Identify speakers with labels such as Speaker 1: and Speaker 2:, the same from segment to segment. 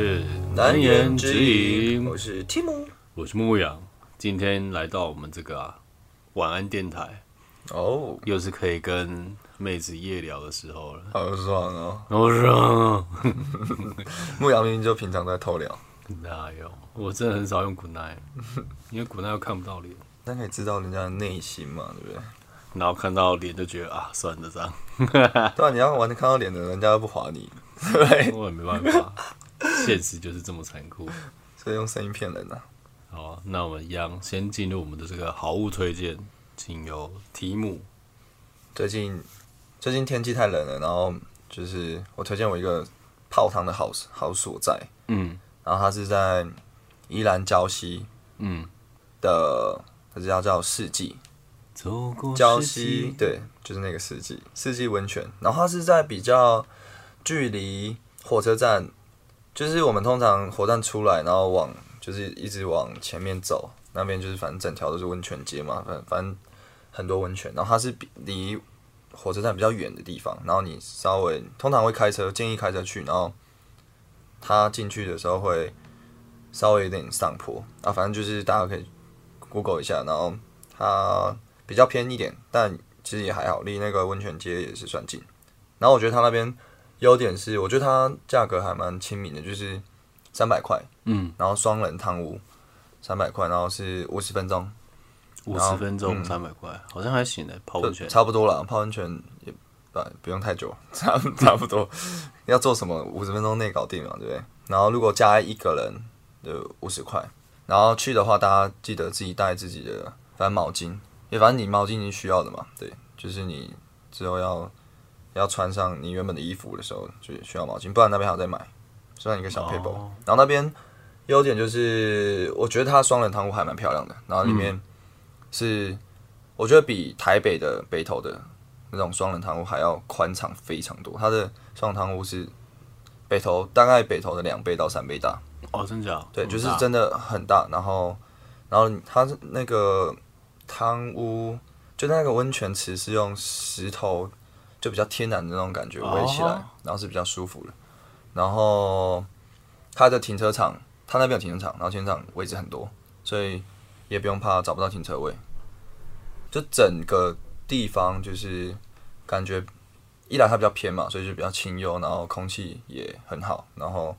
Speaker 1: 难言之
Speaker 2: 难言之
Speaker 1: 隐。
Speaker 2: 隐
Speaker 1: 我是 Tim。
Speaker 2: 我是牧羊，今天来到我们这个啊晚安电台，
Speaker 1: 哦，
Speaker 2: 又是可以跟妹子夜聊的时候了。
Speaker 1: 好爽哦！
Speaker 2: 我说，
Speaker 1: 牧羊明明就平常都在偷聊，
Speaker 2: 嗯哪有？我真的很少用 Good night，因为 Good night 又看不到脸，
Speaker 1: 但可以知道人家的内心嘛，对不对？
Speaker 2: 然后看到脸就觉得啊，算了这样，
Speaker 1: 对啊，你要完全看到脸的，人家又不划你，对不对？
Speaker 2: 我也没办法，现实就是这么残酷。
Speaker 1: 所以用声音骗人啊。
Speaker 2: 好啊、那我们一样先进入我们的这个好物推荐，请由题目
Speaker 1: 最近最近天气太冷了，然后就是我推荐我一个泡汤的好好所在，
Speaker 2: 嗯
Speaker 1: 然后它是在宜兰礁溪
Speaker 2: 嗯，
Speaker 1: 的，它叫叫四季，
Speaker 2: 走过
Speaker 1: 礁
Speaker 2: 世
Speaker 1: 溪
Speaker 2: 纪，
Speaker 1: 对，就是那个四季四季温泉。然后它是在比较距离火车站，就是我们通常火车站出来，然后往就是一直往前面走，那边就是反正整条都是温泉街嘛，反反正很多温泉。然后它是比离火车站比较远的地方，然后你稍微通常会开车，建议开车去，然后它进去的时候会稍微有点上坡啊，反正就是大家可以 Google 一下，然后它。比较偏一点，但其实也还好，离那个温泉街也是算近。然后我觉得它那边优点是，我觉得它价格还蛮亲民的，就是三百块，
Speaker 2: 嗯，
Speaker 1: 然后双人汤屋三百块，然后是五十分钟，
Speaker 2: 五
Speaker 1: 然
Speaker 2: 十
Speaker 1: 后
Speaker 2: 分钟三百块，好像还行呢，泡温泉
Speaker 1: 就。差不多了。泡温泉也不不用太久，差不差不多。要做什么五十分钟内搞定嘛，对不对？然后如果加一个人就五十块，然后去的话大家记得自己带自己的，反正毛巾，也反正你毛巾你需要的嘛，对，就是你之后要要穿上你原本的衣服的时候就需要毛巾，不然那边还要再买，算一个小 paper、
Speaker 2: 哦
Speaker 1: 然后那边优点就是，我觉得它双人汤屋还蛮漂亮的，然后里面是、我觉得比台北的北投的那种双人汤屋还要宽敞非常多，它的双人汤屋是北投大概北投的两倍到三倍大，
Speaker 2: 哦，真假？
Speaker 1: 对，
Speaker 2: 这么
Speaker 1: 就是
Speaker 2: 大
Speaker 1: 真的很大。然后，然后它是那个汤屋，就那个温泉池是用石头，就比较天然的那种感觉围起来，
Speaker 2: 哦
Speaker 1: 然后是比较舒服的。然后它的停车场，它那边有停车场，然后停车场位置很多，所以也不用怕找不到停车位。就整个地方就是感觉，一来它比较偏嘛，所以就比较清幽，然后空气也很好，然后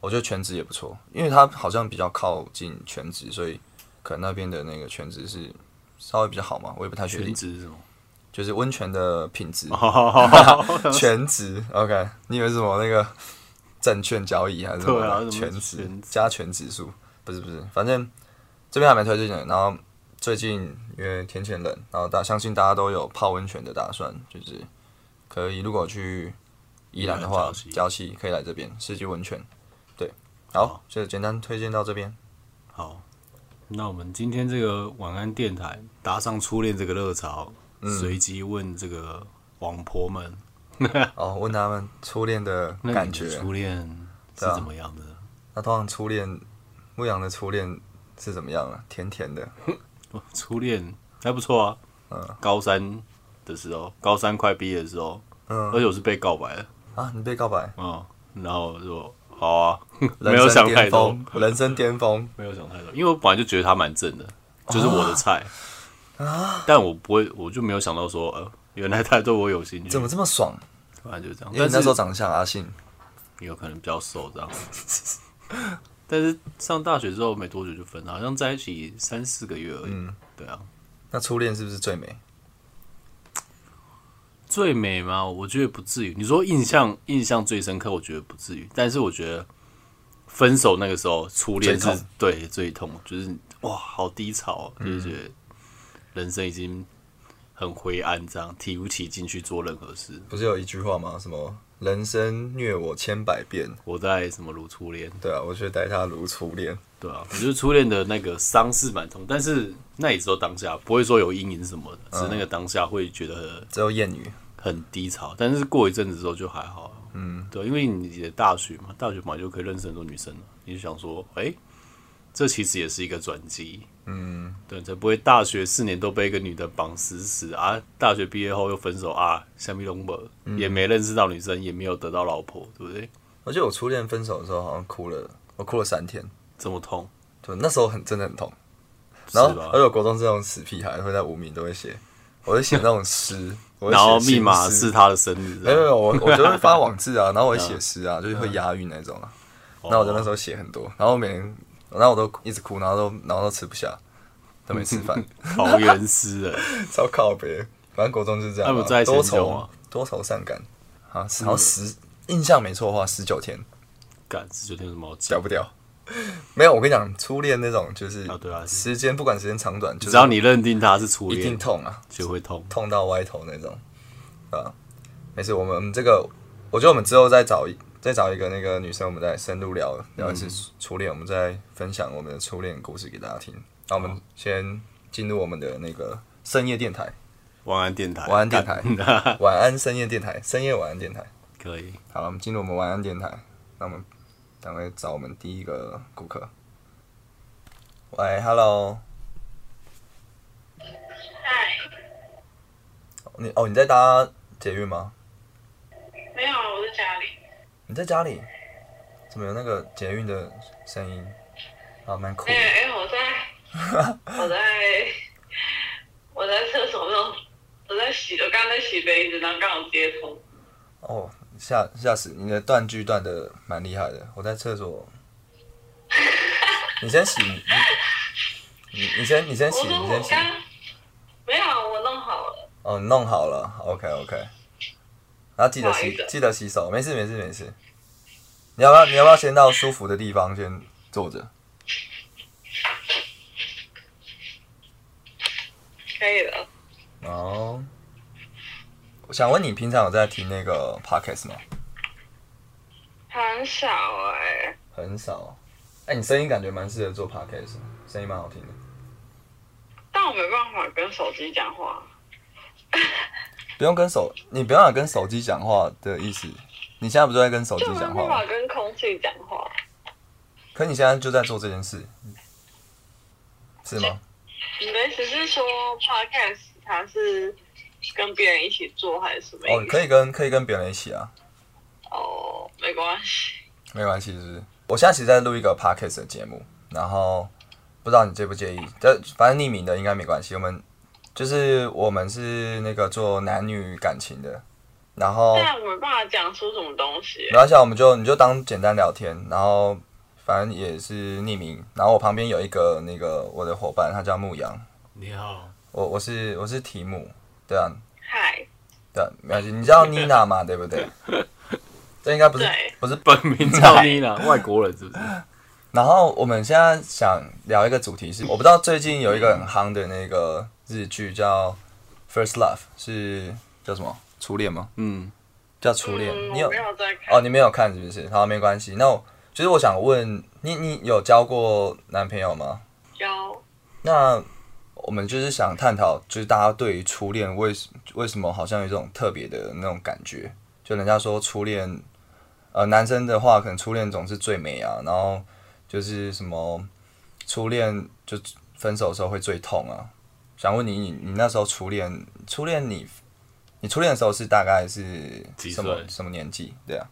Speaker 1: 我觉得全职也不错，因为它好像比较靠近全职，所以可能那边的那个全职是稍微比较好嘛，我也不太确
Speaker 2: 全
Speaker 1: 定，
Speaker 2: 职是 什么？
Speaker 1: 就是温泉的品质。
Speaker 2: 哦
Speaker 1: 全职，OK？你以为是什么那个证券交易还是什么
Speaker 2: 对啊
Speaker 1: 的？
Speaker 2: 什么
Speaker 1: 全职
Speaker 2: 全职
Speaker 1: 加全指数，不是不是，反正这边还没推荐的。然后最近因为天气很冷，然后大相信大家都有泡温泉的打算，就是可以如果去宜兰的
Speaker 2: 宜
Speaker 1: 话
Speaker 2: 兰礁，溪
Speaker 1: 礁溪可以来这边世纪温泉。对，好，就简单推荐到这边。
Speaker 2: 好，那我们今天这个晚安电台搭上初恋这个热潮，
Speaker 1: 嗯
Speaker 2: 随机问这个网婆们，
Speaker 1: 哦，问他们初恋的
Speaker 2: 那你的
Speaker 1: 感觉，
Speaker 2: 初恋是怎么样的？
Speaker 1: 那通常初恋，牧羊的初恋是怎么样啊？甜甜的，
Speaker 2: 哇初恋还不错啊，
Speaker 1: 啊嗯
Speaker 2: 高三的时候，高三快毕业的时候，
Speaker 1: 嗯
Speaker 2: 而且我是被告白的，
Speaker 1: 啊，你被告白。
Speaker 2: 嗯，然后我就好啊， 没有
Speaker 1: 人
Speaker 2: 想
Speaker 1: 生
Speaker 2: 太
Speaker 1: 巅
Speaker 2: 多
Speaker 1: 峰，，人生巅 峰，
Speaker 2: 没有想太多，因为我本来就觉得他蛮正的，
Speaker 1: 啊
Speaker 2: 就是我的菜但我不会，我就没有想到说，呃，原来他对我有兴趣，
Speaker 1: 怎么这么爽？
Speaker 2: 反正就这样。
Speaker 1: 因为
Speaker 2: 但
Speaker 1: 你那时候
Speaker 2: 是
Speaker 1: 长得像阿信，
Speaker 2: 有可能比较瘦这样。 但是上大学之后没多久就分了，好像在一起三四个月而已。
Speaker 1: 嗯
Speaker 2: 对啊，
Speaker 1: 那初恋是不是最美？
Speaker 2: 最美吗？我觉得不至于。你说印象印象最深刻，我觉得不至于。但是我觉得分手那个时候，初恋是
Speaker 1: 最痛
Speaker 2: 对最痛，就是哇，好低潮哦，就是觉得人生已经很灰暗，这样提不起劲去做任何事。
Speaker 1: 不是有一句话吗？什么“人生虐我千百遍
Speaker 2: 我在什么如初恋”？？
Speaker 1: 对啊，我却待他如初恋。
Speaker 2: 对啊，我觉得初恋的那个伤是蛮痛，但是那也只有当下，不会说有阴影什么的，只是
Speaker 1: 嗯
Speaker 2: 那个当下会觉得
Speaker 1: 只有艳女，
Speaker 2: 很低潮。但是过一阵子之后就还好，嗯，对，因为你的大学嘛，大学本来就可以认识很多女生了，你就想说，哎、这其实也是一个转机，嗯，对，才不会大学四年都被一个女的绑死死啊，大学毕业后又分手啊，虾米龙本
Speaker 1: 嗯
Speaker 2: 也没认识到女生，也没有得到老婆，对不对？
Speaker 1: 而且我初恋分手的时候好像哭了我哭了三天，
Speaker 2: 这么痛，
Speaker 1: 对，那时候很真的很痛。
Speaker 2: 是
Speaker 1: 然后哎
Speaker 2: 吧
Speaker 1: 而且？我国中这种死屁孩会在无名都会写，我会写那 种诗，我会
Speaker 2: 然后
Speaker 1: 写哎
Speaker 2: 密码
Speaker 1: 新诗
Speaker 2: 是嗯他的生日，
Speaker 1: 没有没有，我我就会发网志 啊，然后我会写诗啊，就是会押韵那种啊。那我就那
Speaker 2: 哦
Speaker 1: 时候写很多，然后每天，然后我都一直哭，然后都然后都吃不下，都没吃 饭，
Speaker 2: 桃园诗人，
Speaker 1: 超靠北。反正国中就是这
Speaker 2: 他
Speaker 1: 样
Speaker 2: 们
Speaker 1: 嘛，
Speaker 2: 在一起
Speaker 1: 多
Speaker 2: 很久吗
Speaker 1: 愁多愁善感啊，然后十印象没错的话，十九天
Speaker 2: 干十九天有什么好
Speaker 1: 屌
Speaker 2: 讲？
Speaker 1: 不屌？ 没有，我跟你讲，初恋那种就是
Speaker 2: 啊对啊是
Speaker 1: 时间不管时间长短，就
Speaker 2: 只
Speaker 1: 是
Speaker 2: 要你认定他是初
Speaker 1: 一定
Speaker 2: 恋，
Speaker 1: 痛啊，
Speaker 2: 就会痛。
Speaker 1: 痛到歪头那种，啊，没事，我们我们这个，我觉得我们之后再找一再找一个那个女生，我们再深入聊聊一次初恋，我们再分享我们的初恋故事给大家听。那我们先进入我们的那个深夜电台，
Speaker 2: 晚安电台，
Speaker 1: 晚安电台，晚安深夜电台，深夜晚安电台。
Speaker 2: 可以。
Speaker 1: 好了，我们进入我们晚安电台，那我们等会找我们第一个顾客。喂，Hello，
Speaker 3: 嗨，
Speaker 1: 你哦你在搭捷运吗？
Speaker 3: 没有啊，我在家里。
Speaker 1: 你在家里？怎么有那个捷运的声音？啊，蛮酷
Speaker 3: 哎、
Speaker 1: 的。
Speaker 3: 哎、我 在，我在，我在厕所中，我在洗，我刚在洗杯子，然后刚好接通。
Speaker 1: 哦，吓吓死！你的断句断的蛮厉害的。我在厕所。你先洗，你你你先你先
Speaker 3: 我
Speaker 1: 洗，
Speaker 3: 说
Speaker 1: 你先
Speaker 3: 我
Speaker 1: 洗。
Speaker 3: 刚没有啊，我弄好了。
Speaker 1: 哦，你弄好了，OK OK。然后记得
Speaker 3: 不好
Speaker 1: 洗
Speaker 3: 意思，
Speaker 1: 记得洗手，没事没事没事。你要不要你要不要先到舒服的地方先坐着？
Speaker 3: 可以了。
Speaker 1: 哦。我想问你平常有在听那个 podcast 吗？
Speaker 3: 很少哎、
Speaker 1: 很少。哎、你声音感觉蛮适合做 podcast，的声音蛮好听的。
Speaker 3: 但我没办法跟手机讲话。
Speaker 1: 不用跟手，你不要跟手机讲话的意思。你现在不就在跟手机
Speaker 3: 就没
Speaker 1: 讲
Speaker 3: 办
Speaker 1: 话吗
Speaker 3: 法？跟空气讲话，
Speaker 1: 可你现在就在做这件事，是吗？
Speaker 3: 你的意思是说 podcast 它是跟别人一起做还是什么
Speaker 1: 哦，
Speaker 3: 意思？
Speaker 1: 可以跟可以跟别人一起啊，
Speaker 3: 哦，没关系，
Speaker 1: 没关系，是不是？我现在其实在录一个 podcast 的节目，然后不知道你介不介意，但反正匿名的应该没关系。我们就是我们是那个做男女感情的，然后
Speaker 3: 但我没办法讲出什么东西、
Speaker 1: 没关系啊，我们就你就当简单聊天，然后反正也是匿名。然后我旁边有一个那个我的伙伴，他叫牧羊，
Speaker 2: 你好，
Speaker 1: 我我是我是题目，对啊
Speaker 3: 嗨，
Speaker 1: 对啊，没关系。你知道妮娜嘛？对不对？这应该不是
Speaker 3: 对
Speaker 1: 不是。
Speaker 2: 本名叫妮 娜，外国人是不是？
Speaker 1: 然后我们现在想聊一个主题是，我不知道最近有一个很夯的那个日剧叫《First Love》，是叫什么？初恋吗？
Speaker 2: 嗯，
Speaker 1: 叫初恋。
Speaker 3: 嗯、
Speaker 1: 你
Speaker 3: 我
Speaker 1: 有
Speaker 3: 没有在看
Speaker 1: 哦，你没有看是不是？好，没关系。那我就是我想问你，你有交过男朋友吗？
Speaker 3: 交
Speaker 1: 那我们就是想探讨，就是大家对于初恋为什为什么好像有一种特别的那种感觉？就人家说初恋，呃，男生的话可能初恋总是最美啊，然后就是什么初恋就分手的时候会最痛啊。想问你，你你那时候初恋，初恋你你初恋的时候是大概是
Speaker 2: 几
Speaker 1: 什么
Speaker 2: 岁
Speaker 1: 什么年纪？对啊，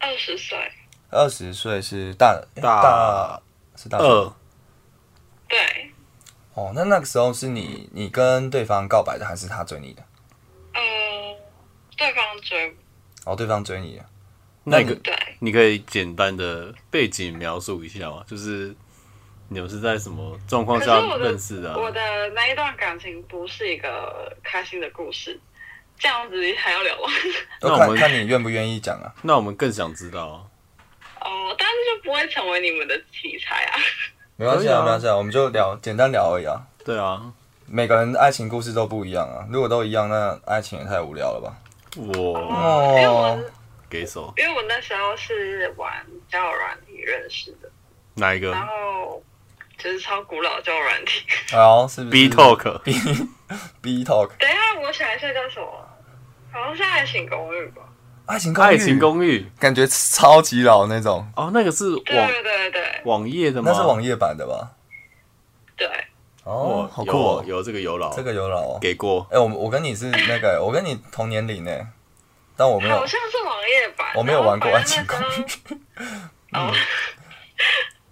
Speaker 3: 二十岁，
Speaker 1: 二十岁是大诶
Speaker 2: 大
Speaker 1: 大是大学
Speaker 2: 二
Speaker 3: 对，
Speaker 1: 哦，那那个时候是你你跟对方告白的，还是他追你的？
Speaker 3: 嗯，对方追我，
Speaker 1: 然后哦对方追你的，
Speaker 2: 那个
Speaker 3: 对，
Speaker 2: 你可以简单的背景描述一下吗？就是你们是在什么状况
Speaker 3: 可是
Speaker 2: 下
Speaker 3: 我的
Speaker 2: 认识的、
Speaker 3: 我
Speaker 2: 啊？
Speaker 3: 的那一段感情不是一个开心的故事，这样子还要聊吗？
Speaker 2: 那
Speaker 1: 要
Speaker 2: 我
Speaker 1: 看
Speaker 2: 们
Speaker 1: 看你愿不愿意讲啊。
Speaker 2: 那我们更想知道啊，
Speaker 3: 哦，但是就不会成为你们的题材啊。
Speaker 1: 没关
Speaker 2: 可
Speaker 1: 系啊，
Speaker 2: 以啊
Speaker 1: 没关系啊，我们就聊简单聊而已啊。
Speaker 2: 对啊，
Speaker 1: 每个人的爱情故事都不一样啊，如果都一样，那爱情也太无聊了吧？
Speaker 2: 我
Speaker 3: 因为哎我
Speaker 1: 哦，
Speaker 2: 给手
Speaker 3: 因为我那时候是玩交友软体认识的，
Speaker 2: 哪一个
Speaker 3: 然后就是超古老交友软体。
Speaker 1: 好，是不是
Speaker 2: ？B Talk
Speaker 1: B B Talk
Speaker 3: 等一下，我想一下叫什么？好像是《爱情公寓》吧？
Speaker 1: 爱情公寓
Speaker 2: 爱情公寓
Speaker 1: 感觉超级老那种，
Speaker 2: 哦，那个是网
Speaker 3: 对对对
Speaker 2: 网页的吗？
Speaker 1: 那是网页版的吧？
Speaker 3: 对，
Speaker 1: 哦，好酷
Speaker 2: 有
Speaker 1: 哦，
Speaker 2: 有这个有老
Speaker 1: 这个有老哦。
Speaker 2: 给过，
Speaker 1: 哎，我们我跟你是那个，我跟你同年龄呢，但我没有
Speaker 3: 好，像是网页版。
Speaker 1: 我没有玩过
Speaker 3: 然
Speaker 1: 爱
Speaker 3: 后
Speaker 1: 情
Speaker 3: 反
Speaker 1: 公
Speaker 3: 正那时
Speaker 1: 寓。
Speaker 3: 候哦，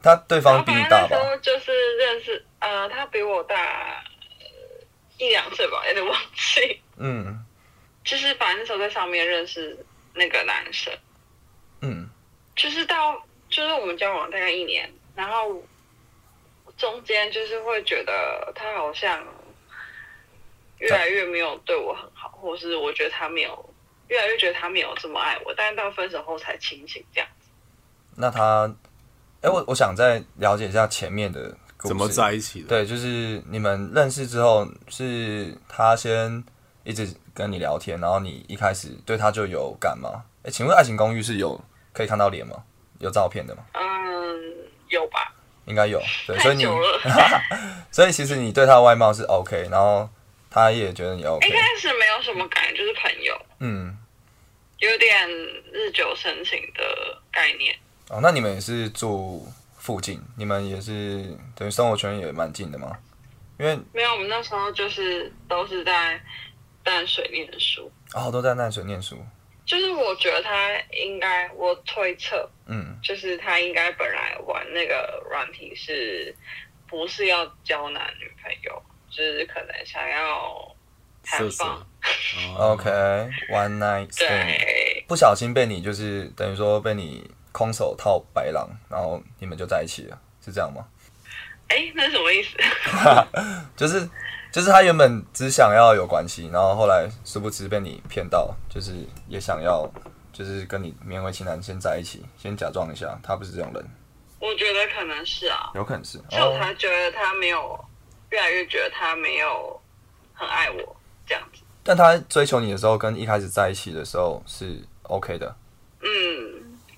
Speaker 1: 他对方比你大
Speaker 3: 然后反正那时
Speaker 1: 吧？
Speaker 3: 候就是认识，呃，他比我大一两岁吧，有点忘记。
Speaker 1: 嗯
Speaker 3: 就是反正那时候在上面认识那个男生，
Speaker 1: 嗯
Speaker 3: 就是到就是我们交往大概一年，然后中间就是会觉得他好像越来越没有对我很好，或是我觉得他没有越来越觉得他没有这么爱我，但是到分手后才清醒这样。
Speaker 1: 那他，哎、我我想再了解一下前面的故事
Speaker 2: 怎么在一起的？
Speaker 1: 对，就是你们认识之后，是他先一直跟你聊天，然后你一开始对他就有感吗？哎、请问《爱情公寓》是有可以看到脸吗？有照片的吗？
Speaker 3: 嗯，有吧？
Speaker 1: 应该有，对，所
Speaker 3: 太
Speaker 1: 以你
Speaker 3: 久，了。
Speaker 1: 所以其实你对他的外貌是 OK，然后他也觉得你 OK，
Speaker 3: 一开始没有什么感觉，就是朋友，
Speaker 1: 嗯，
Speaker 3: 有点日久生情的概念。
Speaker 1: 哦，那你们也是住附近，你们也是等于生活圈也蛮近的吗？因为
Speaker 3: 没有，我们那时候就是都是在淡水念书，
Speaker 1: 哦都在淡水念书，
Speaker 3: 就是我觉得他应该，我推测
Speaker 1: 嗯
Speaker 3: 就是他应该本来玩那个软体是不是要交男女朋友，就是可能想要
Speaker 2: 色色。
Speaker 3: 棒
Speaker 2: 哦
Speaker 1: ，OK，one night stand。
Speaker 3: 对
Speaker 1: 不小心被你就是等于说被你空手套白狼，然后你们就在一起了，是这样吗？
Speaker 3: 哎那什么意思？
Speaker 1: 就是就是他原本只想要有关系，然后后来殊不知被你骗到，就是也想要就是跟你勉为其难先在一起，先假装一下，他不是这种人，
Speaker 3: 我觉得可能是啊，
Speaker 1: 有可能是
Speaker 3: 就他觉得他没有，越来越觉得他没有很爱我这样子。
Speaker 1: 但他追求你的时候跟一开始在一起的时候是 OK 的，
Speaker 3: 嗯，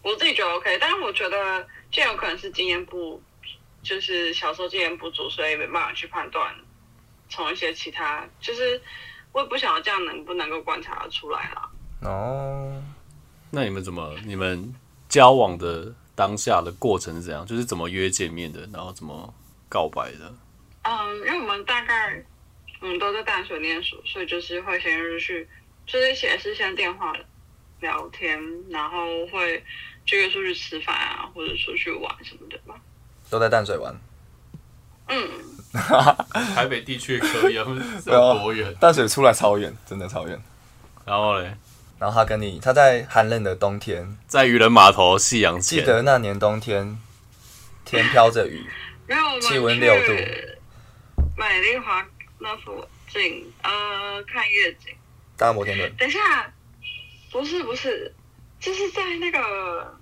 Speaker 3: 我自己觉得 OK，但是我觉得这有可能是经验不，就是小时候经验不足，所以没办法去判断。从一些其他，就是我也不晓得这样能不能够观察得出来啦。
Speaker 1: 哦，
Speaker 2: 那你们怎么？你们交往的当下的过程是怎样？就是怎么约见面的，然后怎么告白的？
Speaker 3: 嗯，因为我们大概我们都在淡水念书，所以就是会先就是去，就是也是先电话聊天，然后会就约出去吃饭啊，或者出去玩什么的吧。
Speaker 1: 都在淡水玩，
Speaker 3: 嗯。
Speaker 2: 台北地区可以啊，
Speaker 1: 有多
Speaker 2: 远？
Speaker 1: 淡水出来超远，真的超远。
Speaker 2: 然后嘞，
Speaker 1: 然后他跟你，他在寒冷的冬天，
Speaker 2: 在渔人码头夕阳
Speaker 1: 记
Speaker 2: 前，
Speaker 1: 得那年冬 天，天飘着雨，
Speaker 3: 然后我们
Speaker 1: 气温6度
Speaker 3: 去美丽华那附近，呃，看夜景。
Speaker 1: 大摩天轮。
Speaker 3: 等一下，不是不是，就是在那个，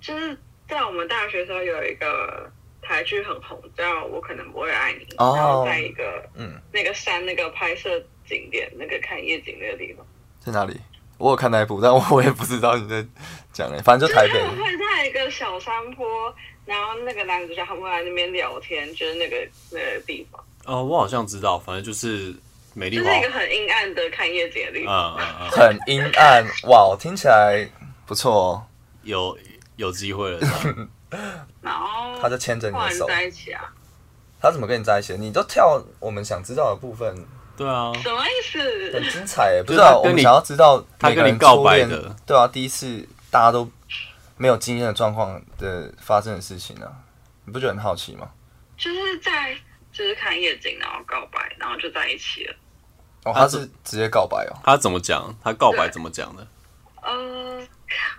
Speaker 3: 就是在我们大学的时候有一个台剧很红，叫《我可能不会爱你》，
Speaker 1: 哦
Speaker 3: 然后在一个
Speaker 1: 嗯，
Speaker 3: 那个山那个拍摄景点，那个看夜景那个地方，
Speaker 1: 在哪里？我有看那一部，但我也不知道你在讲哎、反正就台
Speaker 3: 就是他们
Speaker 1: 北。
Speaker 3: 会在一个小山坡，然后那个男主角他们会在那边聊天，就是那个那个地方，
Speaker 2: 哦，我好像知道，反正就是美丽
Speaker 3: 就
Speaker 2: 华
Speaker 3: 是一，个很阴暗的看夜景的地方。
Speaker 1: 啊
Speaker 2: 嗯嗯嗯，
Speaker 1: 很阴暗，哇，听起来不错哦。
Speaker 2: 有有机会了，是 吧
Speaker 3: 然后
Speaker 1: 他就牵着你
Speaker 3: 后
Speaker 1: 的
Speaker 3: 来
Speaker 1: 手
Speaker 3: 就，在一起啊？
Speaker 1: 他怎么跟你在一起？你都跳我们想知道的部分，
Speaker 2: 对啊，
Speaker 3: 什么意思
Speaker 1: 很？精彩哎、不
Speaker 2: 就是
Speaker 1: 知道
Speaker 2: 他
Speaker 1: 我
Speaker 2: 跟
Speaker 1: 们
Speaker 2: 你
Speaker 1: 想要知道
Speaker 2: 他
Speaker 1: 每个
Speaker 2: 跟
Speaker 1: 人
Speaker 2: 你告白的
Speaker 1: 初恋，对啊，第一次大家都没有经验的状况的发生的事情啊，你不觉得很好奇吗？
Speaker 3: 就是在就是看夜景，然后告白，然后就在一起了。
Speaker 1: 哦，
Speaker 2: 他
Speaker 1: 他是直接告白哦。
Speaker 2: 他怎么讲？他告白怎么讲的？
Speaker 3: 呃，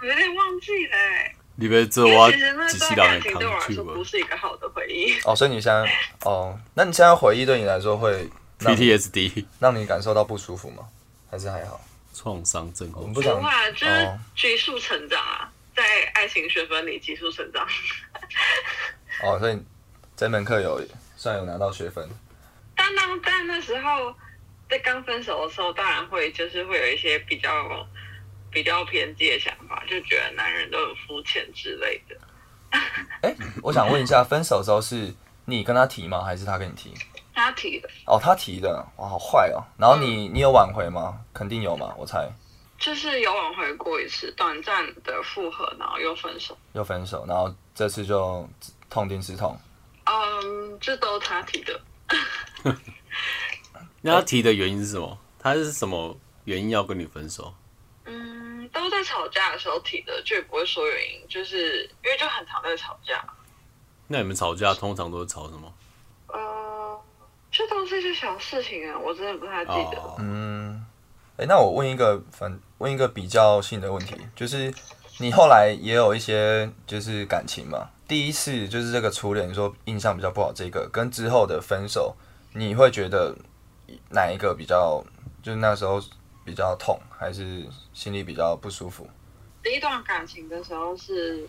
Speaker 3: 我有点忘记了欸，
Speaker 2: 你别这
Speaker 3: 因
Speaker 2: 我
Speaker 3: 为其实那
Speaker 2: 几期
Speaker 3: 段
Speaker 2: 两
Speaker 3: 感
Speaker 2: 人
Speaker 3: 情
Speaker 2: 扛
Speaker 3: 对我来
Speaker 2: 去
Speaker 3: 说
Speaker 2: 吧
Speaker 3: 不是一个好的回忆。
Speaker 1: 哦，所以你现在哦，那你现在回忆对你来说会
Speaker 2: 啊
Speaker 1: 让
Speaker 2: ，PTSD
Speaker 1: 让你感受到不舒服吗？还是还好？
Speaker 2: 创伤症候
Speaker 1: 我
Speaker 2: 群
Speaker 1: 们不想
Speaker 3: 不啊，就是
Speaker 1: 哦
Speaker 3: 急速成长啊，在爱情学分里急速成长。
Speaker 1: 哦，所以这门课有算有拿到学分，
Speaker 3: 但当但那时候在刚分手的时候，当然会就是会有一些比较比较偏激的想法，就觉得男人都很肤浅之类的。
Speaker 1: 哎、我想问一下，分手的时候是你跟他提吗？还是他跟你提？
Speaker 3: 他提的，
Speaker 1: 哦，他提的，哇，好坏哦。然后你你有挽回吗？肯定有嘛，我猜
Speaker 3: 就是有挽回过一次，短暂的复合，然后又分手。
Speaker 1: 又分手，然后这次就痛定思痛。
Speaker 3: 嗯，这都他提的。
Speaker 2: 那他提的原因是什么？他是什么原因要跟你分手？
Speaker 3: 嗯，都在吵吵架的时候提的，就也不会说原因，就是因为就很常在吵架，
Speaker 2: 那你们吵架通常都是吵什么？
Speaker 3: 呃，就都是一些小事情啊，我真的不太记得。
Speaker 2: 哦
Speaker 1: 嗯，哎、那我问一个反问一个比较性的问题，就是你后来也有一些就是感情嘛？第一次就是这个初恋，你说印象比较不好，这个跟之后的分手，你会觉得哪一个比较就是那时候比较痛，还是心里比较不舒服？
Speaker 3: 第一段感情的时候是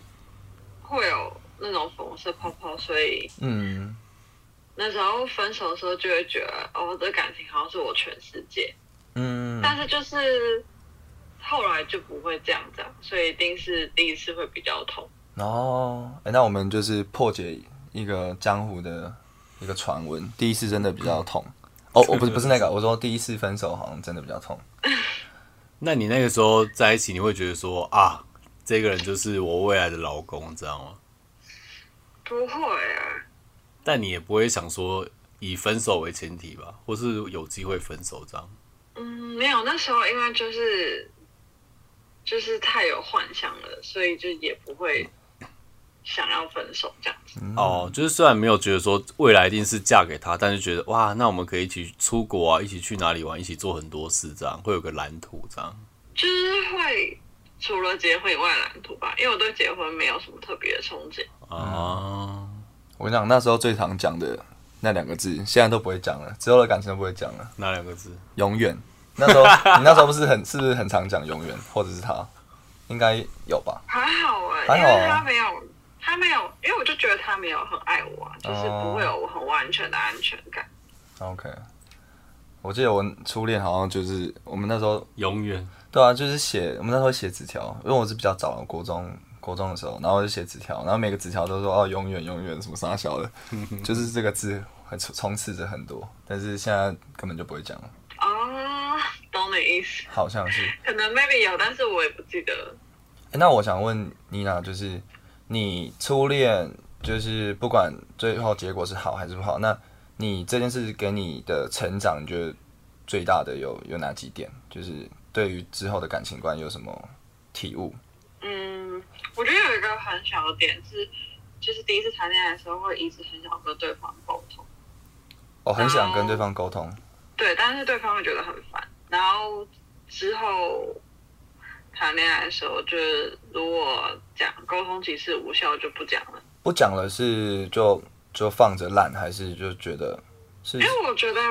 Speaker 3: 会有那种粉红色泡泡，所以
Speaker 1: 嗯，
Speaker 3: 那时候分手的时候就会觉得，哦，这感情好像是我全世界。
Speaker 1: 嗯
Speaker 3: 但是就是后来就不会这样子、啊，所以一定是第一次会比较痛。
Speaker 1: 然后，哎、那我们就是破解一个江湖的一个传闻，第一次真的比较痛。哦，我不是不是那个，我说第一次分手好像真的比较痛。
Speaker 2: 那你那个时候在一起，你会觉得说啊，这个人就是我未来的老公，知道吗？
Speaker 3: 不会啊，
Speaker 2: 但你也不会想说以分手为前提吧，或是有机会分手这样。
Speaker 3: 嗯，没有，那时候因为就是就是太有幻想了，所以就也不会想要分手这样子。
Speaker 2: 哦，就是虽然没有觉得说未来一定是嫁给他，但是觉得哇，那我们可以一起出国啊，一起去哪里玩，一起做很多事，这样会有个蓝图这样。
Speaker 3: 就是会除了结婚以外的蓝图吧，因为我对结婚没有什么特别的憧憬。
Speaker 2: 啊，
Speaker 1: 我跟你讲，那时候最常讲的那两个字，现在都不会讲了，之后的感情都不会讲了，
Speaker 2: 哪两个字？
Speaker 1: 永远。那时候你那时候不是很是不是很常讲永远，或者是他，应该有吧？
Speaker 3: 还好啊、
Speaker 1: 还
Speaker 3: 因
Speaker 1: 好啊
Speaker 3: 为他没有，他没有，因为我就觉得他没有很爱我啊，就是不会
Speaker 1: 哦
Speaker 3: 有很完全的安全感。
Speaker 1: OK，我记得我初恋好像就是我们那时候
Speaker 2: 永远
Speaker 1: 对啊，就是写我们那时候写纸条，因为我是比较早的国中国中的时候，然后我就写纸条，然后每个纸条都说哦永远永远什么傻小的，就是这个字很充充斥着很多，但是现在根本就不会讲了，
Speaker 3: 哦，懂你意思，
Speaker 1: 好像是。
Speaker 3: 可能 maybe 有，但是我也不记得了。
Speaker 1: 诶那我想问妮娜，就是你初恋，就是不管最后结果是好还是不好，那你这件事给你的成长，你觉得最大的有有哪几点？就是对于之后的感情观有什么体悟？
Speaker 3: 嗯，我觉得有一个很小的点是，就是第一次谈恋爱的时候会一直很想跟对方沟通，
Speaker 1: 我、很想跟对方沟通，
Speaker 3: 对，但是对方会觉得很烦。然后之后谈恋爱的时候，就是如果讲沟通几次无效就不讲了，
Speaker 1: 不讲了是就就放着烂，还是就觉得是
Speaker 2: 哎
Speaker 3: 因为我觉得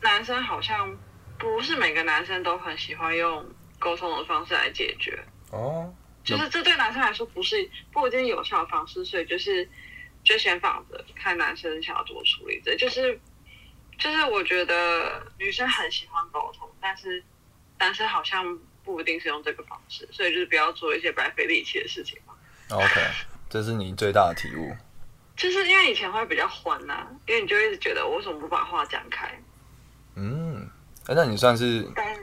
Speaker 3: 男生好像不是每个男生都很喜欢用沟通的方式来解决，
Speaker 1: 哦？
Speaker 3: 就是这对男生来说不是不一定有效的方式，所以就是就先放着，看男生想要怎么处理。这就是就是我觉得女生很喜欢沟通，但是男生好像不一定是用这个方式，所以就是不要做一些白费力气的事情嘛。
Speaker 1: OK，这是你最大的体悟。
Speaker 3: 就是因为以前会比较欢呐、因为你就一直觉得我为什么不把话讲开，
Speaker 1: 嗯，诶那你算是
Speaker 3: 但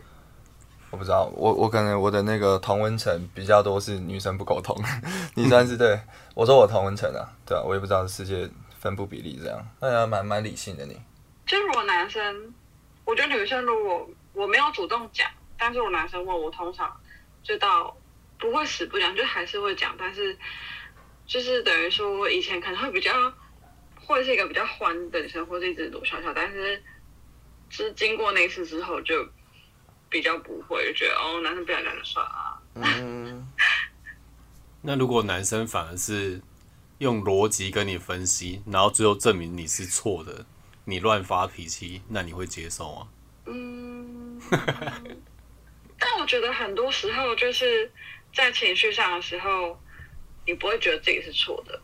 Speaker 1: 我不知道，我我可能我的那个同温层比较多是女生不沟通， 你算是对我说我同温层啊，对啊，我也不知道世界分布比例这样，那还蛮蛮理性的你，
Speaker 3: 就是如果男生，我觉得女生如果我没有主动讲，但是我男生问我，通常就到不会死不讲，就还是会讲，但是就是等于说我以前可能会比较，会是一个比较欢的女生，或是一直鲁小小，但是就是经过那次之后就比较不会，就觉得哦，男生不想讲就算了啊。
Speaker 1: 嗯，
Speaker 2: 那如果男生反而是用逻辑跟你分析，然后最后证明你是错的，你乱发脾气，那你会接受吗？
Speaker 3: 嗯， 但我觉得很多时候就是在情绪上的时候，你不会觉得自己是错的。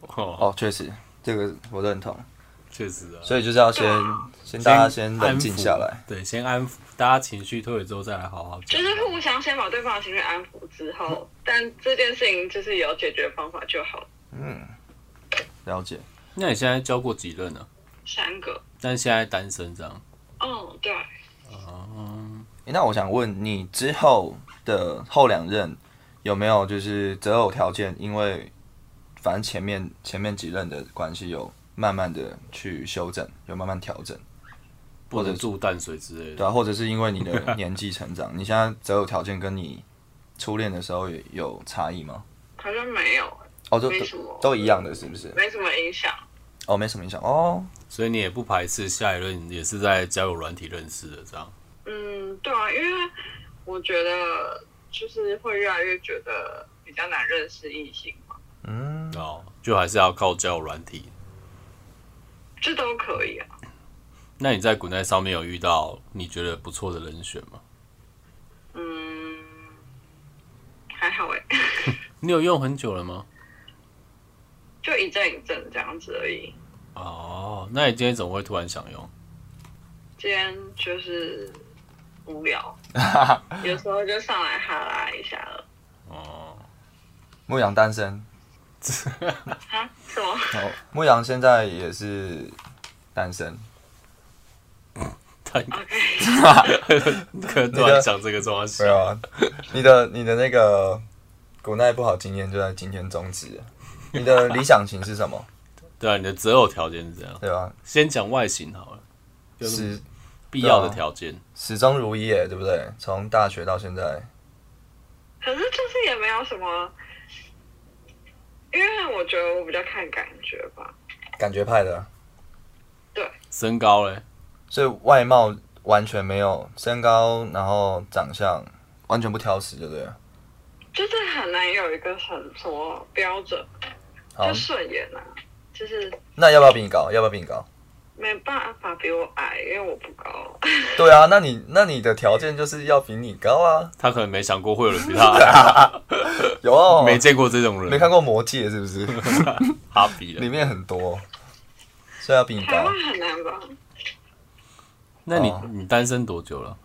Speaker 2: 哦，
Speaker 1: 哦，确实这个我认同，
Speaker 2: 确实啊，
Speaker 1: 所以就是要先先大家先冷静
Speaker 2: 安抚
Speaker 1: 下来，，
Speaker 2: 对，先安抚大家情绪退了之后再来好好
Speaker 3: 就
Speaker 2: 讲。
Speaker 3: 是互相先把对方的情绪安抚之后，但这件事情就是有解决方法就好。
Speaker 1: 了解，
Speaker 2: 那你现在交过几任呢、
Speaker 3: 三个，
Speaker 2: 但现在单身这样，嗯
Speaker 3: 嗯，对，
Speaker 1: 诶那我想问你之后的后两任有没有就是择偶条件，因为反正前面前面几任的关系有慢慢的去修正，有慢慢调整。
Speaker 2: 不能住淡水之类
Speaker 1: 对啊
Speaker 2: 的。
Speaker 1: 啊，或者是因为你的年纪成长，你现在择偶条件跟你初恋的时候有有差异吗？
Speaker 3: 好像没有，
Speaker 1: 哦，都
Speaker 3: 没什么
Speaker 1: 都都一样的，是不是？
Speaker 3: 没什么影响。
Speaker 1: 哦，没什么影响哦。
Speaker 2: 所以你也不排斥下一任也是在交友软体认识的这样。
Speaker 3: 嗯，对啊，因为我觉得就是会越来越觉得比较难认识异性嘛，
Speaker 1: 嗯，
Speaker 2: 哦，就还是要靠交友软体。
Speaker 3: 这都可以啊。
Speaker 2: 那你在古代上面有遇到你觉得不错的人选吗？
Speaker 3: 嗯，还好 哎、
Speaker 2: 你有用很久了吗？
Speaker 3: 就一阵一阵这样子而已。
Speaker 2: 哦，那你今天怎么会突然想用？
Speaker 3: 今天就是无聊，有时候就上来哈拉一下了。
Speaker 2: 哦，
Speaker 1: 牧羊单身，
Speaker 3: 啊？什么？
Speaker 1: 哦，牧羊现在也是单身。
Speaker 2: 他
Speaker 3: OK，
Speaker 2: 可能突然讲这个状
Speaker 1: 对
Speaker 2: 况，
Speaker 1: 啊，你的你的那个古奈不好经验就在今天终止了。你的理想型是什么？
Speaker 2: 对啊，你的择偶条件是怎样？
Speaker 1: 对吧？
Speaker 2: 先讲外形好了，有什么
Speaker 1: 始
Speaker 2: 必要的条件。
Speaker 1: 始终如一耶，对不对？从大学到现在，
Speaker 3: 可是就是也没有什么，因为我觉得我比较看感觉吧。
Speaker 1: 感觉派的，
Speaker 2: 身高嘞，
Speaker 1: 所以外貌完全没有，身高，然后长相完全不挑食，对不对了？
Speaker 3: 就是很难有一个很什么标准，
Speaker 1: 好
Speaker 3: 就，顺眼啊，就是
Speaker 1: 那要不要比你高？要不要比你高？
Speaker 3: 没办法比我矮，因为我不高。
Speaker 1: 对啊，那你那你的条件就是要比你高啊。
Speaker 2: 他可能没想过会有人比 他矮，
Speaker 1: 有哦，
Speaker 2: 没见过这种人，
Speaker 1: 啊没看过《魔戒》是 不是？
Speaker 2: 哈比
Speaker 1: 里
Speaker 2: 的。
Speaker 1: 面很多，所以要比你高。
Speaker 3: 台湾很难吧？
Speaker 2: 那你
Speaker 1: 哦
Speaker 2: 你单身多久了？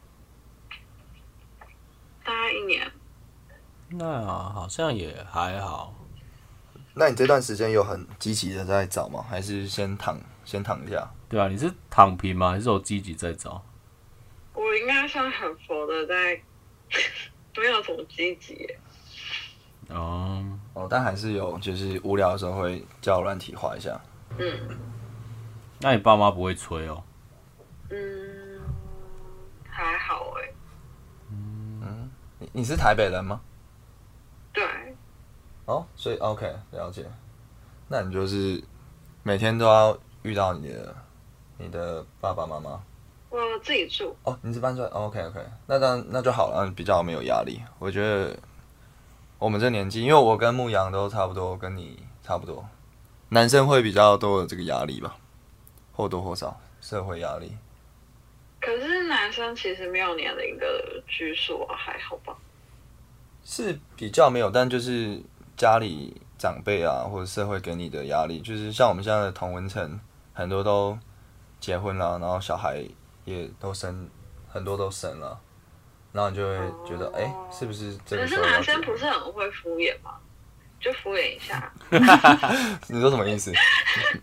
Speaker 3: 大概一年，
Speaker 2: 那好像也还好，
Speaker 1: 那你这段时间有很积极的在找吗？还是先躺先躺一下？
Speaker 2: 对啊，你是躺平吗？还是有积极在找？
Speaker 3: 我应该算很佛的在，没有什么积极耶。
Speaker 2: 哦，
Speaker 1: 哦，但还是有，就是无聊的时候会叫软体滑一下。
Speaker 3: 嗯
Speaker 2: 那你爸妈不会催哦？
Speaker 3: 嗯，还好哎。
Speaker 1: 你你是台北人吗？
Speaker 3: 对，
Speaker 1: 哦，所以 OK 了解。那你就是每天都要遇到你的你的爸爸妈妈。
Speaker 3: 我自己住，
Speaker 1: 哦，你是搬出来、哦、？OK OK，那当然那就好了，比较没有压力。我觉得我们这年纪，因为我跟牧羊都差不多，跟你差不多，男生会比较多有这个压力吧，或多或少社会压力。
Speaker 3: 可是男生其实没有年龄的拘束啊，还好吧？
Speaker 1: 是比较没有，但就是家里长辈啊，或者社会给你的压力，就是像我们现在的同文层，很多都结婚了，然后小孩也都生，很多都生了，然后你就会觉得，哎、是不是这
Speaker 3: 可
Speaker 1: 个时
Speaker 3: 是
Speaker 1: 候要
Speaker 3: 男
Speaker 1: 结
Speaker 3: 生不
Speaker 1: 婚？
Speaker 3: 是很会敷衍吗？就敷衍一下，
Speaker 1: 你说什么意思？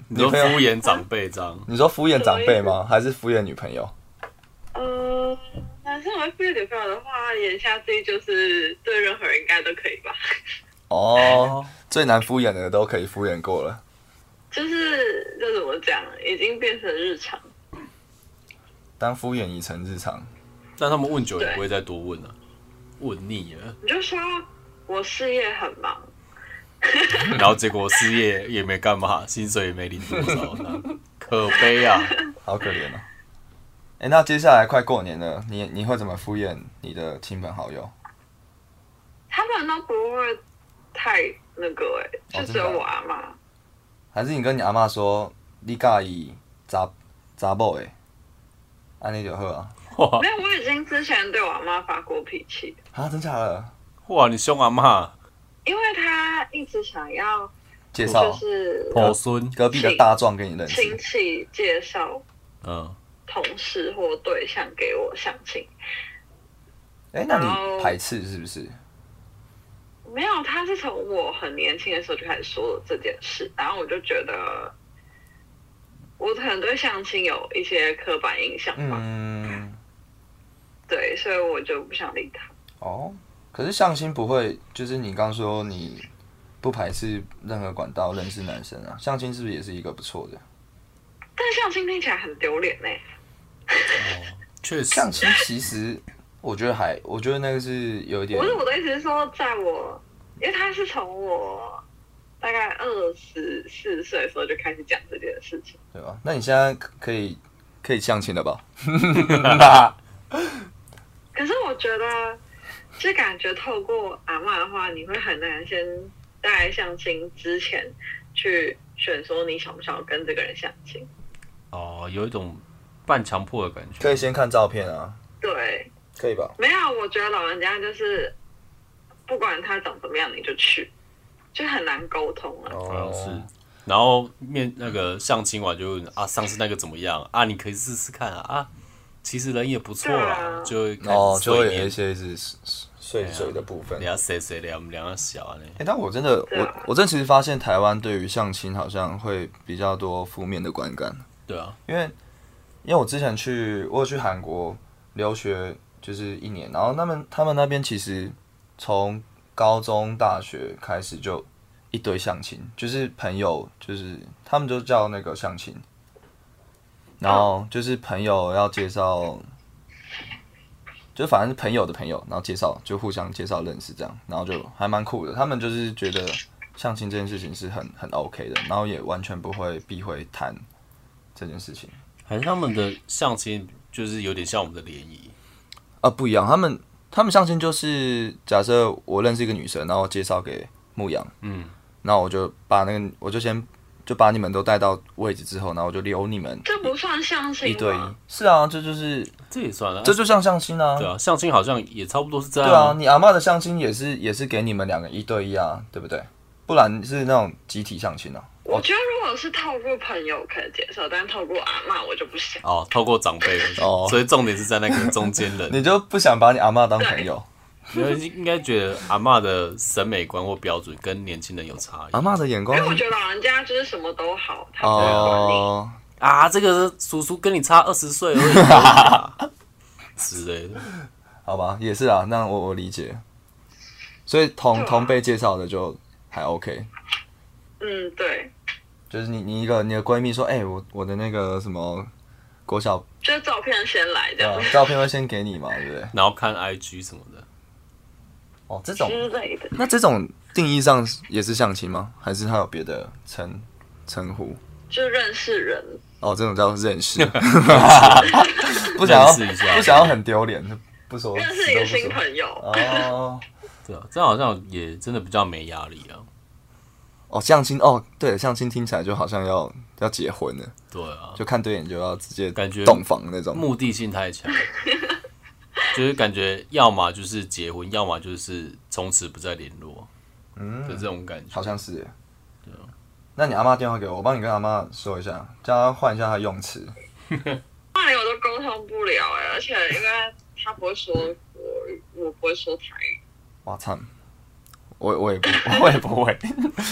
Speaker 2: 你说
Speaker 1: 女朋友
Speaker 2: 敷衍长辈这样，
Speaker 1: 你说敷衍长辈吗？还是敷衍女朋友？
Speaker 3: 呃，男生会敷衍女朋友的话，言下之意就是对任何人应该都可以吧？
Speaker 1: 哦，最难敷衍的都可以敷衍过了。
Speaker 3: 就是这怎么讲，已经变成日常。
Speaker 1: 当敷衍已成日常，
Speaker 2: 但他们问久也不会再多问了、问腻了，
Speaker 3: 你就说我事业很忙，
Speaker 2: 然后结果失业也没干嘛， 薪水也没领多少，那可悲啊！
Speaker 1: 好可怜哦。哎、那接下来快过年了，你你会怎么敷衍你的亲朋好友？
Speaker 3: 他们都不会太那个
Speaker 1: 哦
Speaker 3: 哎、就只有
Speaker 1: 真的啊
Speaker 3: 我阿妈。
Speaker 1: 还是你跟你阿妈说，你介意查查某诶，欸安尼就好啊。
Speaker 2: 哇
Speaker 3: 没有，我已经之前对我阿妈发过脾气，
Speaker 1: 啊，真假的？
Speaker 2: 哇，你凶阿妈，
Speaker 3: 因为她一直想要
Speaker 1: 介
Speaker 3: 就
Speaker 1: 绍
Speaker 3: 是
Speaker 2: 婆孙，
Speaker 1: 隔壁的大壮给你认
Speaker 3: 亲
Speaker 1: 识，
Speaker 3: 戚介绍
Speaker 2: 嗯，
Speaker 3: 同事或对象给我相亲，
Speaker 1: 哎、那
Speaker 3: 然
Speaker 1: 你
Speaker 3: 后
Speaker 1: 排斥是不是？
Speaker 3: 没有，他是从我很年轻的时候就开始说了这件事，然后我就觉得我可能对相亲有一些刻板印象吧，
Speaker 1: 嗯，
Speaker 3: 对，所以我就不想理他。
Speaker 1: 哦，可是相亲不会，就是你刚说你不排斥任何管道认识男生啊，相亲是不是也是一个不错的？
Speaker 3: 欸但相亲听起来很丢脸呢，
Speaker 2: 确实，
Speaker 1: 相亲其实我觉得还，我觉得那个是有一点
Speaker 3: 不，是我的意思是说，在我，因为他是从我大概二十四岁的时候就开始讲这件事情，
Speaker 1: 对吧？那你现在可以可以相亲了吧？
Speaker 3: 可是我觉得，就感觉透过阿嬷的话，你会很难先在相亲之前去选说你想不想要跟这个人相亲。
Speaker 2: 哦，有一种半强迫的感觉。
Speaker 1: 可以先看照片啊，
Speaker 3: 对，
Speaker 1: 可以吧？
Speaker 3: 没有，我觉得老人家就是不管他长怎么样，你就去，就很难沟通啊。
Speaker 2: 好像是。然后面那个相亲完就问啊，上次那个怎么样啊？你可以试试看啊啊，其实人也不错啦，
Speaker 3: 对啊
Speaker 2: 就会开
Speaker 1: 哦
Speaker 2: 始，
Speaker 1: 就会
Speaker 2: 碎
Speaker 1: 有一
Speaker 2: 念，啊
Speaker 1: 些是碎嘴的部分。
Speaker 2: 你要谁谁聊，我们聊到小啊呢？
Speaker 1: 哎、但我真的，
Speaker 3: 对啊
Speaker 1: 我我真的其实发现台湾对于相亲好像会比较多负面的观感，
Speaker 2: 对啊，
Speaker 1: 因为因为我之前去，我有去韩国留学，就是一年，然后他们他们那边其实从高中、大学开始就一堆相亲，就是朋友，就是他们就叫那个相亲，然后就是朋友要介绍，就反正是朋友的朋友，然后介绍就互相介绍认识这样，然后就还蛮酷的。他们就是觉得相亲这件事情是很很 OK 的，然后也完全不会避讳谈这件事情。
Speaker 2: 还是他们的相亲就是有点像我们的联谊，
Speaker 1: 啊，不一样，他们他们相亲就是假设我认识一个女生，然后介绍给牧羊，
Speaker 2: 嗯，
Speaker 1: 那我就把那个我就先就把你们都带到位置之后，然后我就留你们
Speaker 3: 这不算相亲
Speaker 1: 一对一
Speaker 3: 吗？。
Speaker 1: 是啊，这就是
Speaker 2: 这也算了。
Speaker 1: 这就像相亲啊
Speaker 2: 对。啊，相亲好像也差不多是这样。
Speaker 1: 对啊，，你阿嬷的相亲也是也是给你们两个一对一啊，对不对？不然是那种集体相亲啊。
Speaker 3: 我觉得如果是透过朋友可以接受，但透过阿嬷我就不行。
Speaker 2: 哦，透过长辈，
Speaker 1: 哦
Speaker 2: 所以重点是在那个中间 人。
Speaker 1: 你就不想把你阿嬷当朋友？
Speaker 2: 你们应该觉得阿嬷的审美观或标准跟年轻人有差异
Speaker 1: 阿嬷的眼光
Speaker 3: 因为我觉得老人家就是什么都好，他不会管你。
Speaker 1: 哦，
Speaker 2: 啊。这个叔叔跟你差二十岁而已啊 之类的。
Speaker 1: 好吧，也是啊，那我我理解。所以同
Speaker 3: 对啊
Speaker 1: 同辈介绍的就还 OK，
Speaker 3: 嗯，对，
Speaker 1: 就是你你一个你的闺蜜说，哎、我我的那个什么国小
Speaker 3: 就是照片先来这
Speaker 1: 对
Speaker 3: 样
Speaker 1: 吧、照片会先给你嘛，对不对？
Speaker 2: 然后看 IG 什么的，
Speaker 1: 哦，这种
Speaker 3: 之类的。
Speaker 1: 那这种定义上也是相亲吗？还是它有别的称称呼？
Speaker 3: 就认识人，
Speaker 1: 哦，这种叫认识，不想
Speaker 2: 认识一下
Speaker 1: 要不想要很丢脸，不说
Speaker 3: 认识
Speaker 1: 死都
Speaker 3: 一
Speaker 1: 哦不说
Speaker 3: 个新朋友，
Speaker 1: 哦
Speaker 2: 对啊，这样好像也真的比较没压力啊。
Speaker 1: 哦，相亲哦，对，相亲听起来就好像要要结婚了，
Speaker 2: 对啊，
Speaker 1: 就看对眼就要直接
Speaker 2: 感觉
Speaker 1: 洞房那种。
Speaker 2: 目的性太 强，就是感觉要么就是结婚，要么就是从此不再联络的
Speaker 1: 嗯，
Speaker 2: 这种感觉。
Speaker 1: 好像是耶。那你阿妈电话给我，我帮你跟阿妈说一下，叫她换一下她的用词。
Speaker 3: 骂人我都沟通不了哎、而且因为他不会说国语，我不会说台语，
Speaker 1: 哇操！我我也不 我也不会，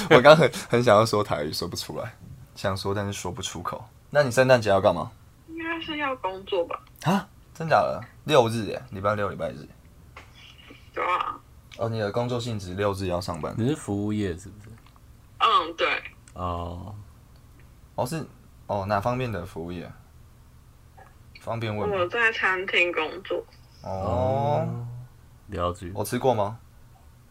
Speaker 1: 我刚很很想要说台语，说不出来，想说但是说不出口。那你圣诞节要干嘛？
Speaker 3: 应该是要工作吧？
Speaker 1: 啊？真假的？六日耶，礼拜六、礼拜日。
Speaker 3: 对吧？
Speaker 1: 哦，你的工作性质六日要上班。
Speaker 2: 你是服务业是不是？
Speaker 3: 嗯，对，
Speaker 2: 哦，
Speaker 1: 哦，是哦，哪方面的服务业？方便问
Speaker 3: 我
Speaker 1: 吗？
Speaker 3: 在餐厅工作，
Speaker 1: 哦，
Speaker 2: 了解。
Speaker 1: 我吃过吗？
Speaker 3: 啊？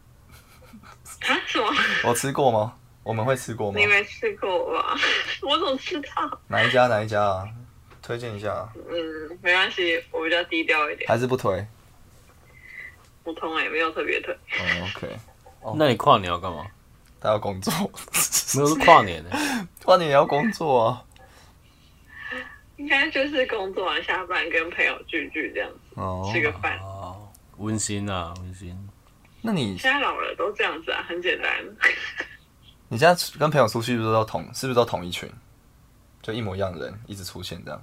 Speaker 3: 什么？
Speaker 1: 我吃过吗？我们会吃过吗
Speaker 3: 你？没吃过吧？ 我怎么知道？
Speaker 1: 哪一家？哪一家啊？推荐一下啊，
Speaker 3: 嗯，没关系，我比较低调一点，哦
Speaker 1: 还是不推？
Speaker 3: 普通啊也没有特别特。
Speaker 1: 嗯，OK，
Speaker 2: 那你跨年要干嘛？
Speaker 1: 他要工 作，
Speaker 2: 没有是跨年呢、
Speaker 1: 跨年也要工作啊。
Speaker 3: 应该就是工作完下班跟朋友聚聚这样，
Speaker 1: 哦
Speaker 3: 吃个饭。
Speaker 2: 哦，温馨啊，温馨。
Speaker 1: 那你
Speaker 3: 现在老了都这样子啊，很简单。
Speaker 1: 你现在跟朋友出去是不是都同是不是都同一群，就一模一样的人一直出现这样？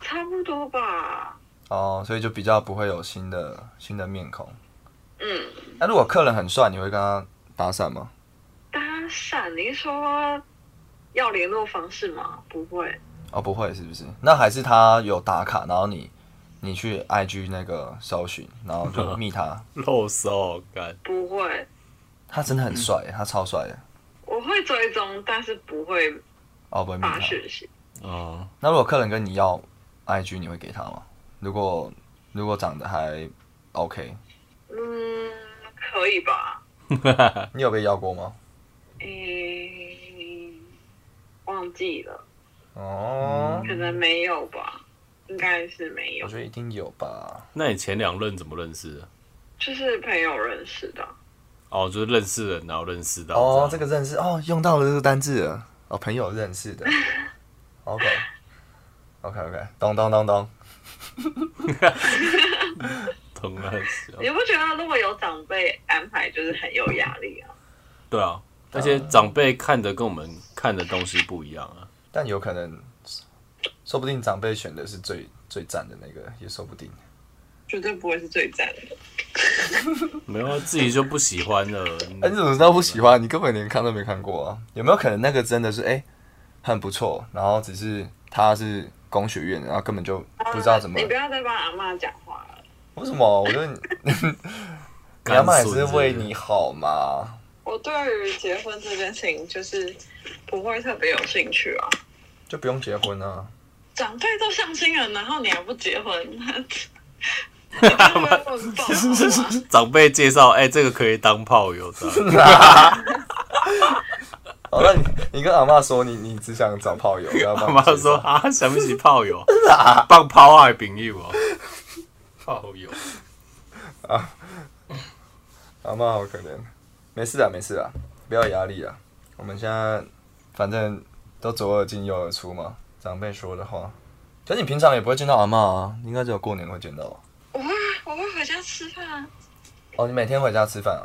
Speaker 3: 差不多吧。
Speaker 1: 哦，所以就比较不会有新的新的面孔。
Speaker 3: 嗯，
Speaker 1: 那如果客人很帅，你会跟他搭讪吗？
Speaker 3: 搭讪，您说要联络方式吗？不会，
Speaker 1: 哦，不会，是不是？那还是他有打卡，然后你你去 IG 那个搜寻，然后 就密他。
Speaker 2: 露手感，
Speaker 3: 不会，
Speaker 1: 他真的很帅，他超帅的。
Speaker 3: 我会追踪，但是不会
Speaker 1: 哦，不会密
Speaker 3: 发
Speaker 1: 他。
Speaker 3: 讯息。
Speaker 2: 哦，
Speaker 1: 那如果客人跟你要 IG，你会给他吗？如果如果长得还 OK，
Speaker 3: 嗯，可以吧？
Speaker 1: 你有被邀过吗？
Speaker 3: 诶、忘记了，
Speaker 1: 哦，
Speaker 3: 可能没有吧，应该是没有
Speaker 1: 我觉，得一定有吧。
Speaker 2: 那你前两任怎么认识的？
Speaker 3: 就是朋友认识的。
Speaker 2: 哦，就是认识人，然后认识到
Speaker 1: 哦，这
Speaker 2: 样
Speaker 1: 个认识哦，用到了这个单字了哦，朋友认识的。OK OK OK，咚咚咚咚，
Speaker 2: 疼了很死哦
Speaker 3: 你不觉得如果有长辈安排，就是很有压力啊？
Speaker 2: 对啊，而且长辈看的跟我们看的东西不一样啊。
Speaker 1: 但有可能，说不定长辈选的是最最赞的那个，也说不定。
Speaker 3: 绝对不会是最赞的。
Speaker 2: 没有啊自己就不喜欢 了。
Speaker 1: 哎、你怎么知道不喜欢？你根本连看都没看过啊！有没有可能那个真的是哎、很不错，然后只是他是工学院的，然后根本就不知道怎么
Speaker 3: 啊你？不要再帮阿妈讲话了。
Speaker 1: 为什么？我觉得 你你阿妈也是为你好嘛。
Speaker 3: 我对于结婚这件事情就是不会特别有兴趣啊。
Speaker 1: 就不用结婚啊！
Speaker 3: 长辈都相亲了，然后你还不结婚，你当然会问爆好吗
Speaker 2: 长辈介绍，哎、这个可以当炮友的。啊
Speaker 1: 哦，那你你跟阿妈说你你只想找炮友，不要
Speaker 2: 妈
Speaker 1: 帮你
Speaker 2: 妈
Speaker 1: 介
Speaker 2: 说
Speaker 1: 绍
Speaker 2: 啊，想不起炮 友，放炮啊，朋友哦，炮友。
Speaker 1: 阿妈好可怜。没事啊，没事啊，不要有压力啊。我们现在反正都左耳进右耳出嘛，长辈说的话。可是你平常也不会见到阿妈啊，应该只有过年会见到吧。啊
Speaker 3: 我会我会回家吃饭啊。
Speaker 1: 哦，你每天回家吃饭啊？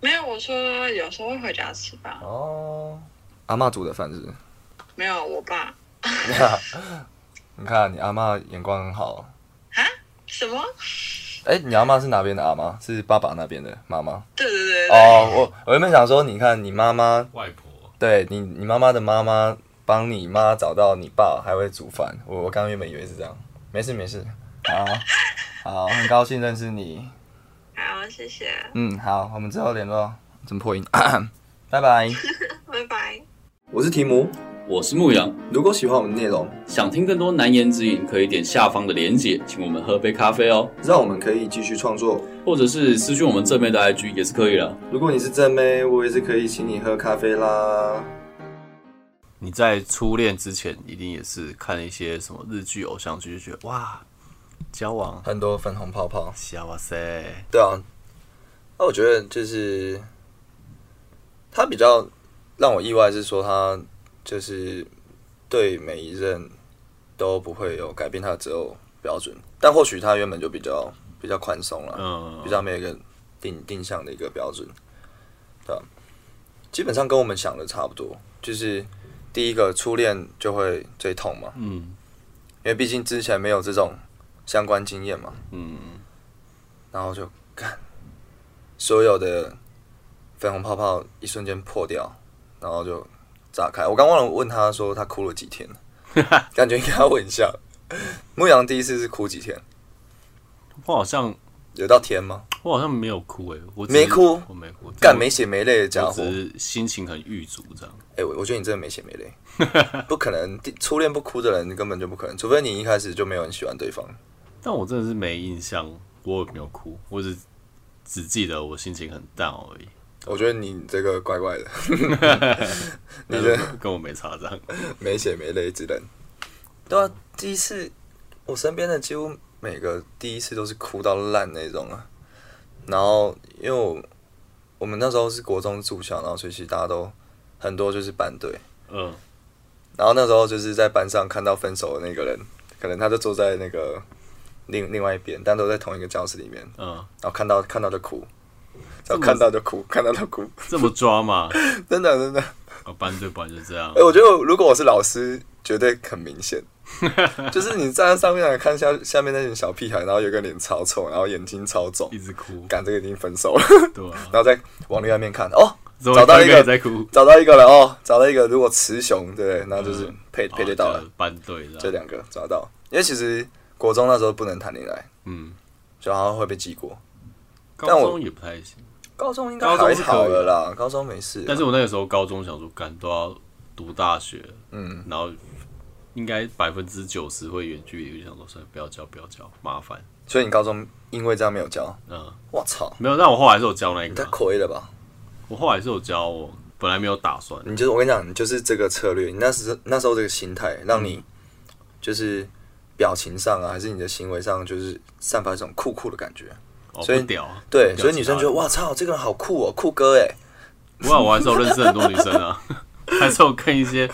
Speaker 3: 没有，我说有时候会回家吃饭，啊
Speaker 1: 哦，阿妈煮的饭是不是？
Speaker 3: 没有我爸
Speaker 1: 你看你阿妈眼光很好。
Speaker 3: 什么？
Speaker 1: 哎、你阿妈是哪边的阿妈？是爸爸那边的妈妈？
Speaker 3: 对对对，对
Speaker 1: 哦，我我原本想说，你看你妈妈，
Speaker 2: 外婆，
Speaker 1: 对你你妈妈的妈妈帮你妈找到你爸还会煮饭，我我刚刚原本以为是这样，没事没事，好，好，很高兴认识你，
Speaker 3: 好，谢谢，
Speaker 1: 嗯，好，我们之后联络，怎么破音？ 拜拜，
Speaker 3: 拜拜。
Speaker 1: 我是提姆，
Speaker 4: 我是牧羊，
Speaker 1: 如果喜欢我们的内容，
Speaker 4: 想听更多难言之隐，可以点下方的连结，请我们喝杯咖啡哦，
Speaker 1: 让我们可以继续创作。
Speaker 4: 或者是私讯我们正面的 IG 也是可以了。
Speaker 1: 如果你是正妹，我也是可以请你喝咖啡啦。
Speaker 2: 你在初恋之前，一定也是看一些什么日剧、偶像剧，就觉得哇，交往，
Speaker 1: 很多粉红泡泡。
Speaker 2: 哇塞，
Speaker 1: 对啊，那我觉得就是他比较让我意外是说他就是对每一任都不会有改变他的择偶标准，但或许他原本就比较比较宽松了，
Speaker 2: 嗯
Speaker 1: 比，较没有一个定定向的一个标准，对啊基本上跟我们想的差不多，就是第一个初恋就会最痛嘛，
Speaker 2: 嗯
Speaker 1: 因为毕竟之前没有这种相关经验嘛，
Speaker 2: 嗯，
Speaker 1: 然后就看所有的粉红泡泡一瞬间破掉，然后就炸开。我刚忘了问他说他哭了 几天，感觉应该要问一下。牧羊第一次是哭几天？
Speaker 2: 我好像
Speaker 1: 有到天吗？
Speaker 2: 我好像没有哭诶、我只是
Speaker 1: 没哭
Speaker 2: 我没哭，
Speaker 1: 干没血没泪的家
Speaker 2: 我
Speaker 1: 伙！
Speaker 2: 只是心情很郁卒这样。
Speaker 1: 哎、我我觉得你真的没血没泪，不可能，第初恋不哭的人根本就不可能，除非你一开始就没有很喜欢对方。
Speaker 2: 但我真的是没印象，我有没有哭，我只只记得我心情很淡而已。
Speaker 1: 我觉得你这个怪怪的，你
Speaker 2: 但
Speaker 1: 的
Speaker 2: 是跟我没差这样。
Speaker 1: 没血没泪之人。对啊，第一次我身边的几乎每个第一次都是哭到烂那种啊。然后因为我我们那时候是国中住校，然后所以其实大家都很多就是班队。
Speaker 2: 嗯，
Speaker 1: 然后那时候就是在班上看到分手的那个人，可能他就坐在那个另另外一边，但都在同一个教室里面。
Speaker 2: 嗯，
Speaker 1: 然后看到看到就哭，只要
Speaker 2: 这么
Speaker 1: 看到就哭，看到就哭，
Speaker 2: 这么抓嘛？
Speaker 1: 真的真的。
Speaker 2: 啊，班对班就这样
Speaker 1: 哎、。我觉得如果我是老师，绝对很明 显，就是你站在上面来看下下面那群小屁孩，然后有一个脸超臭，然后眼睛超肿
Speaker 2: 一，直哭，
Speaker 1: 感这个已经分手了，
Speaker 2: 对啊，
Speaker 1: 然后再往另外一面看，哦，
Speaker 2: 怎么
Speaker 1: 找到一个
Speaker 2: 也在哭，
Speaker 1: 找到一个了，哦，找到一个，如果雌雄，对不对？然后就是
Speaker 2: 嗯
Speaker 1: 配、配对到
Speaker 2: 哦
Speaker 1: 了
Speaker 2: 就班队这
Speaker 1: 这
Speaker 2: 样，
Speaker 1: 两个抓到，因为其实国中那时候不能谈恋爱，
Speaker 2: 嗯，
Speaker 1: 就好像会被记过，
Speaker 2: 高
Speaker 1: 但我
Speaker 2: 中也不太行。
Speaker 1: 高中应该
Speaker 2: 高中
Speaker 1: 还
Speaker 2: 是可以
Speaker 1: 好了啦，高中没事，
Speaker 2: 但是我那个时候高中想说，干都要读大学，
Speaker 1: 嗯，
Speaker 2: 然后应该百分之九十会远距离，就想说算了，不要交，不要交，麻烦。
Speaker 1: 所以你高中因为这样没有交，
Speaker 2: 嗯，
Speaker 1: 我操，
Speaker 2: 没有，但我后来是有交那一
Speaker 1: 你太
Speaker 2: 个啊，
Speaker 1: 亏了吧？
Speaker 2: 我后来是有交，我本来没有打算，
Speaker 1: 你就是我跟你讲，你就是这个策略，你那时那时候这个心态，让你就是表情上啊，还是你的行为上，就是散发一种酷酷的感觉。
Speaker 2: 哦，
Speaker 1: 所以
Speaker 2: 不屌啊，
Speaker 1: 对，
Speaker 2: 不屌
Speaker 1: 所以女生
Speaker 2: 其他
Speaker 1: 觉得哇操，这个人好酷哦，酷哥哎，
Speaker 2: 不过我还是有认识很多女生啊， 还是有跟一些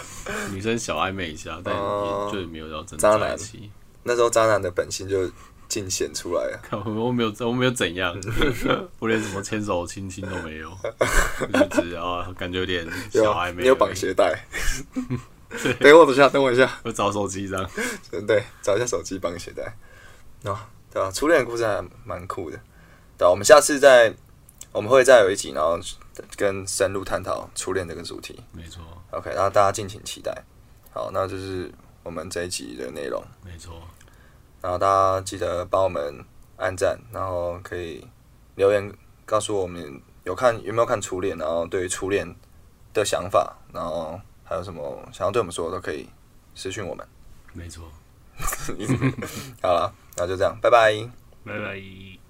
Speaker 2: 女生小暧昧一下，但
Speaker 1: 哦
Speaker 2: 也就是没有要真
Speaker 1: 渣
Speaker 2: 的
Speaker 1: 男
Speaker 2: 在一起。
Speaker 1: 那时候渣男的本性就尽显出来了。
Speaker 2: 看我我没有我没有怎样， 我连什么牵手亲亲都没有，我就只是啊感觉有点
Speaker 1: 有
Speaker 2: 小
Speaker 1: 啊
Speaker 2: 暧昧。
Speaker 1: 你有绑鞋带。等我一下，等我一下，嗯
Speaker 2: 我找手机这样。
Speaker 1: 对，找一下手机绑鞋带。哦，对啊？初恋的故事还蛮酷的。对啊、我们下次再，我们会再有一集，然后跟深入探讨初恋这个主题。
Speaker 2: 没错，
Speaker 1: OK，然后大家敬请期待。好，那就是我们这一集的内容。
Speaker 2: 没错，
Speaker 1: 然后大家记得帮我们按赞，然后可以留言告诉我们有看有没有看初恋，然后对于初恋的想法，然后还有什么想要对我们说的都可以私讯我们。
Speaker 2: 没错，
Speaker 1: 好了，那就这样，拜拜。
Speaker 2: 拜拜。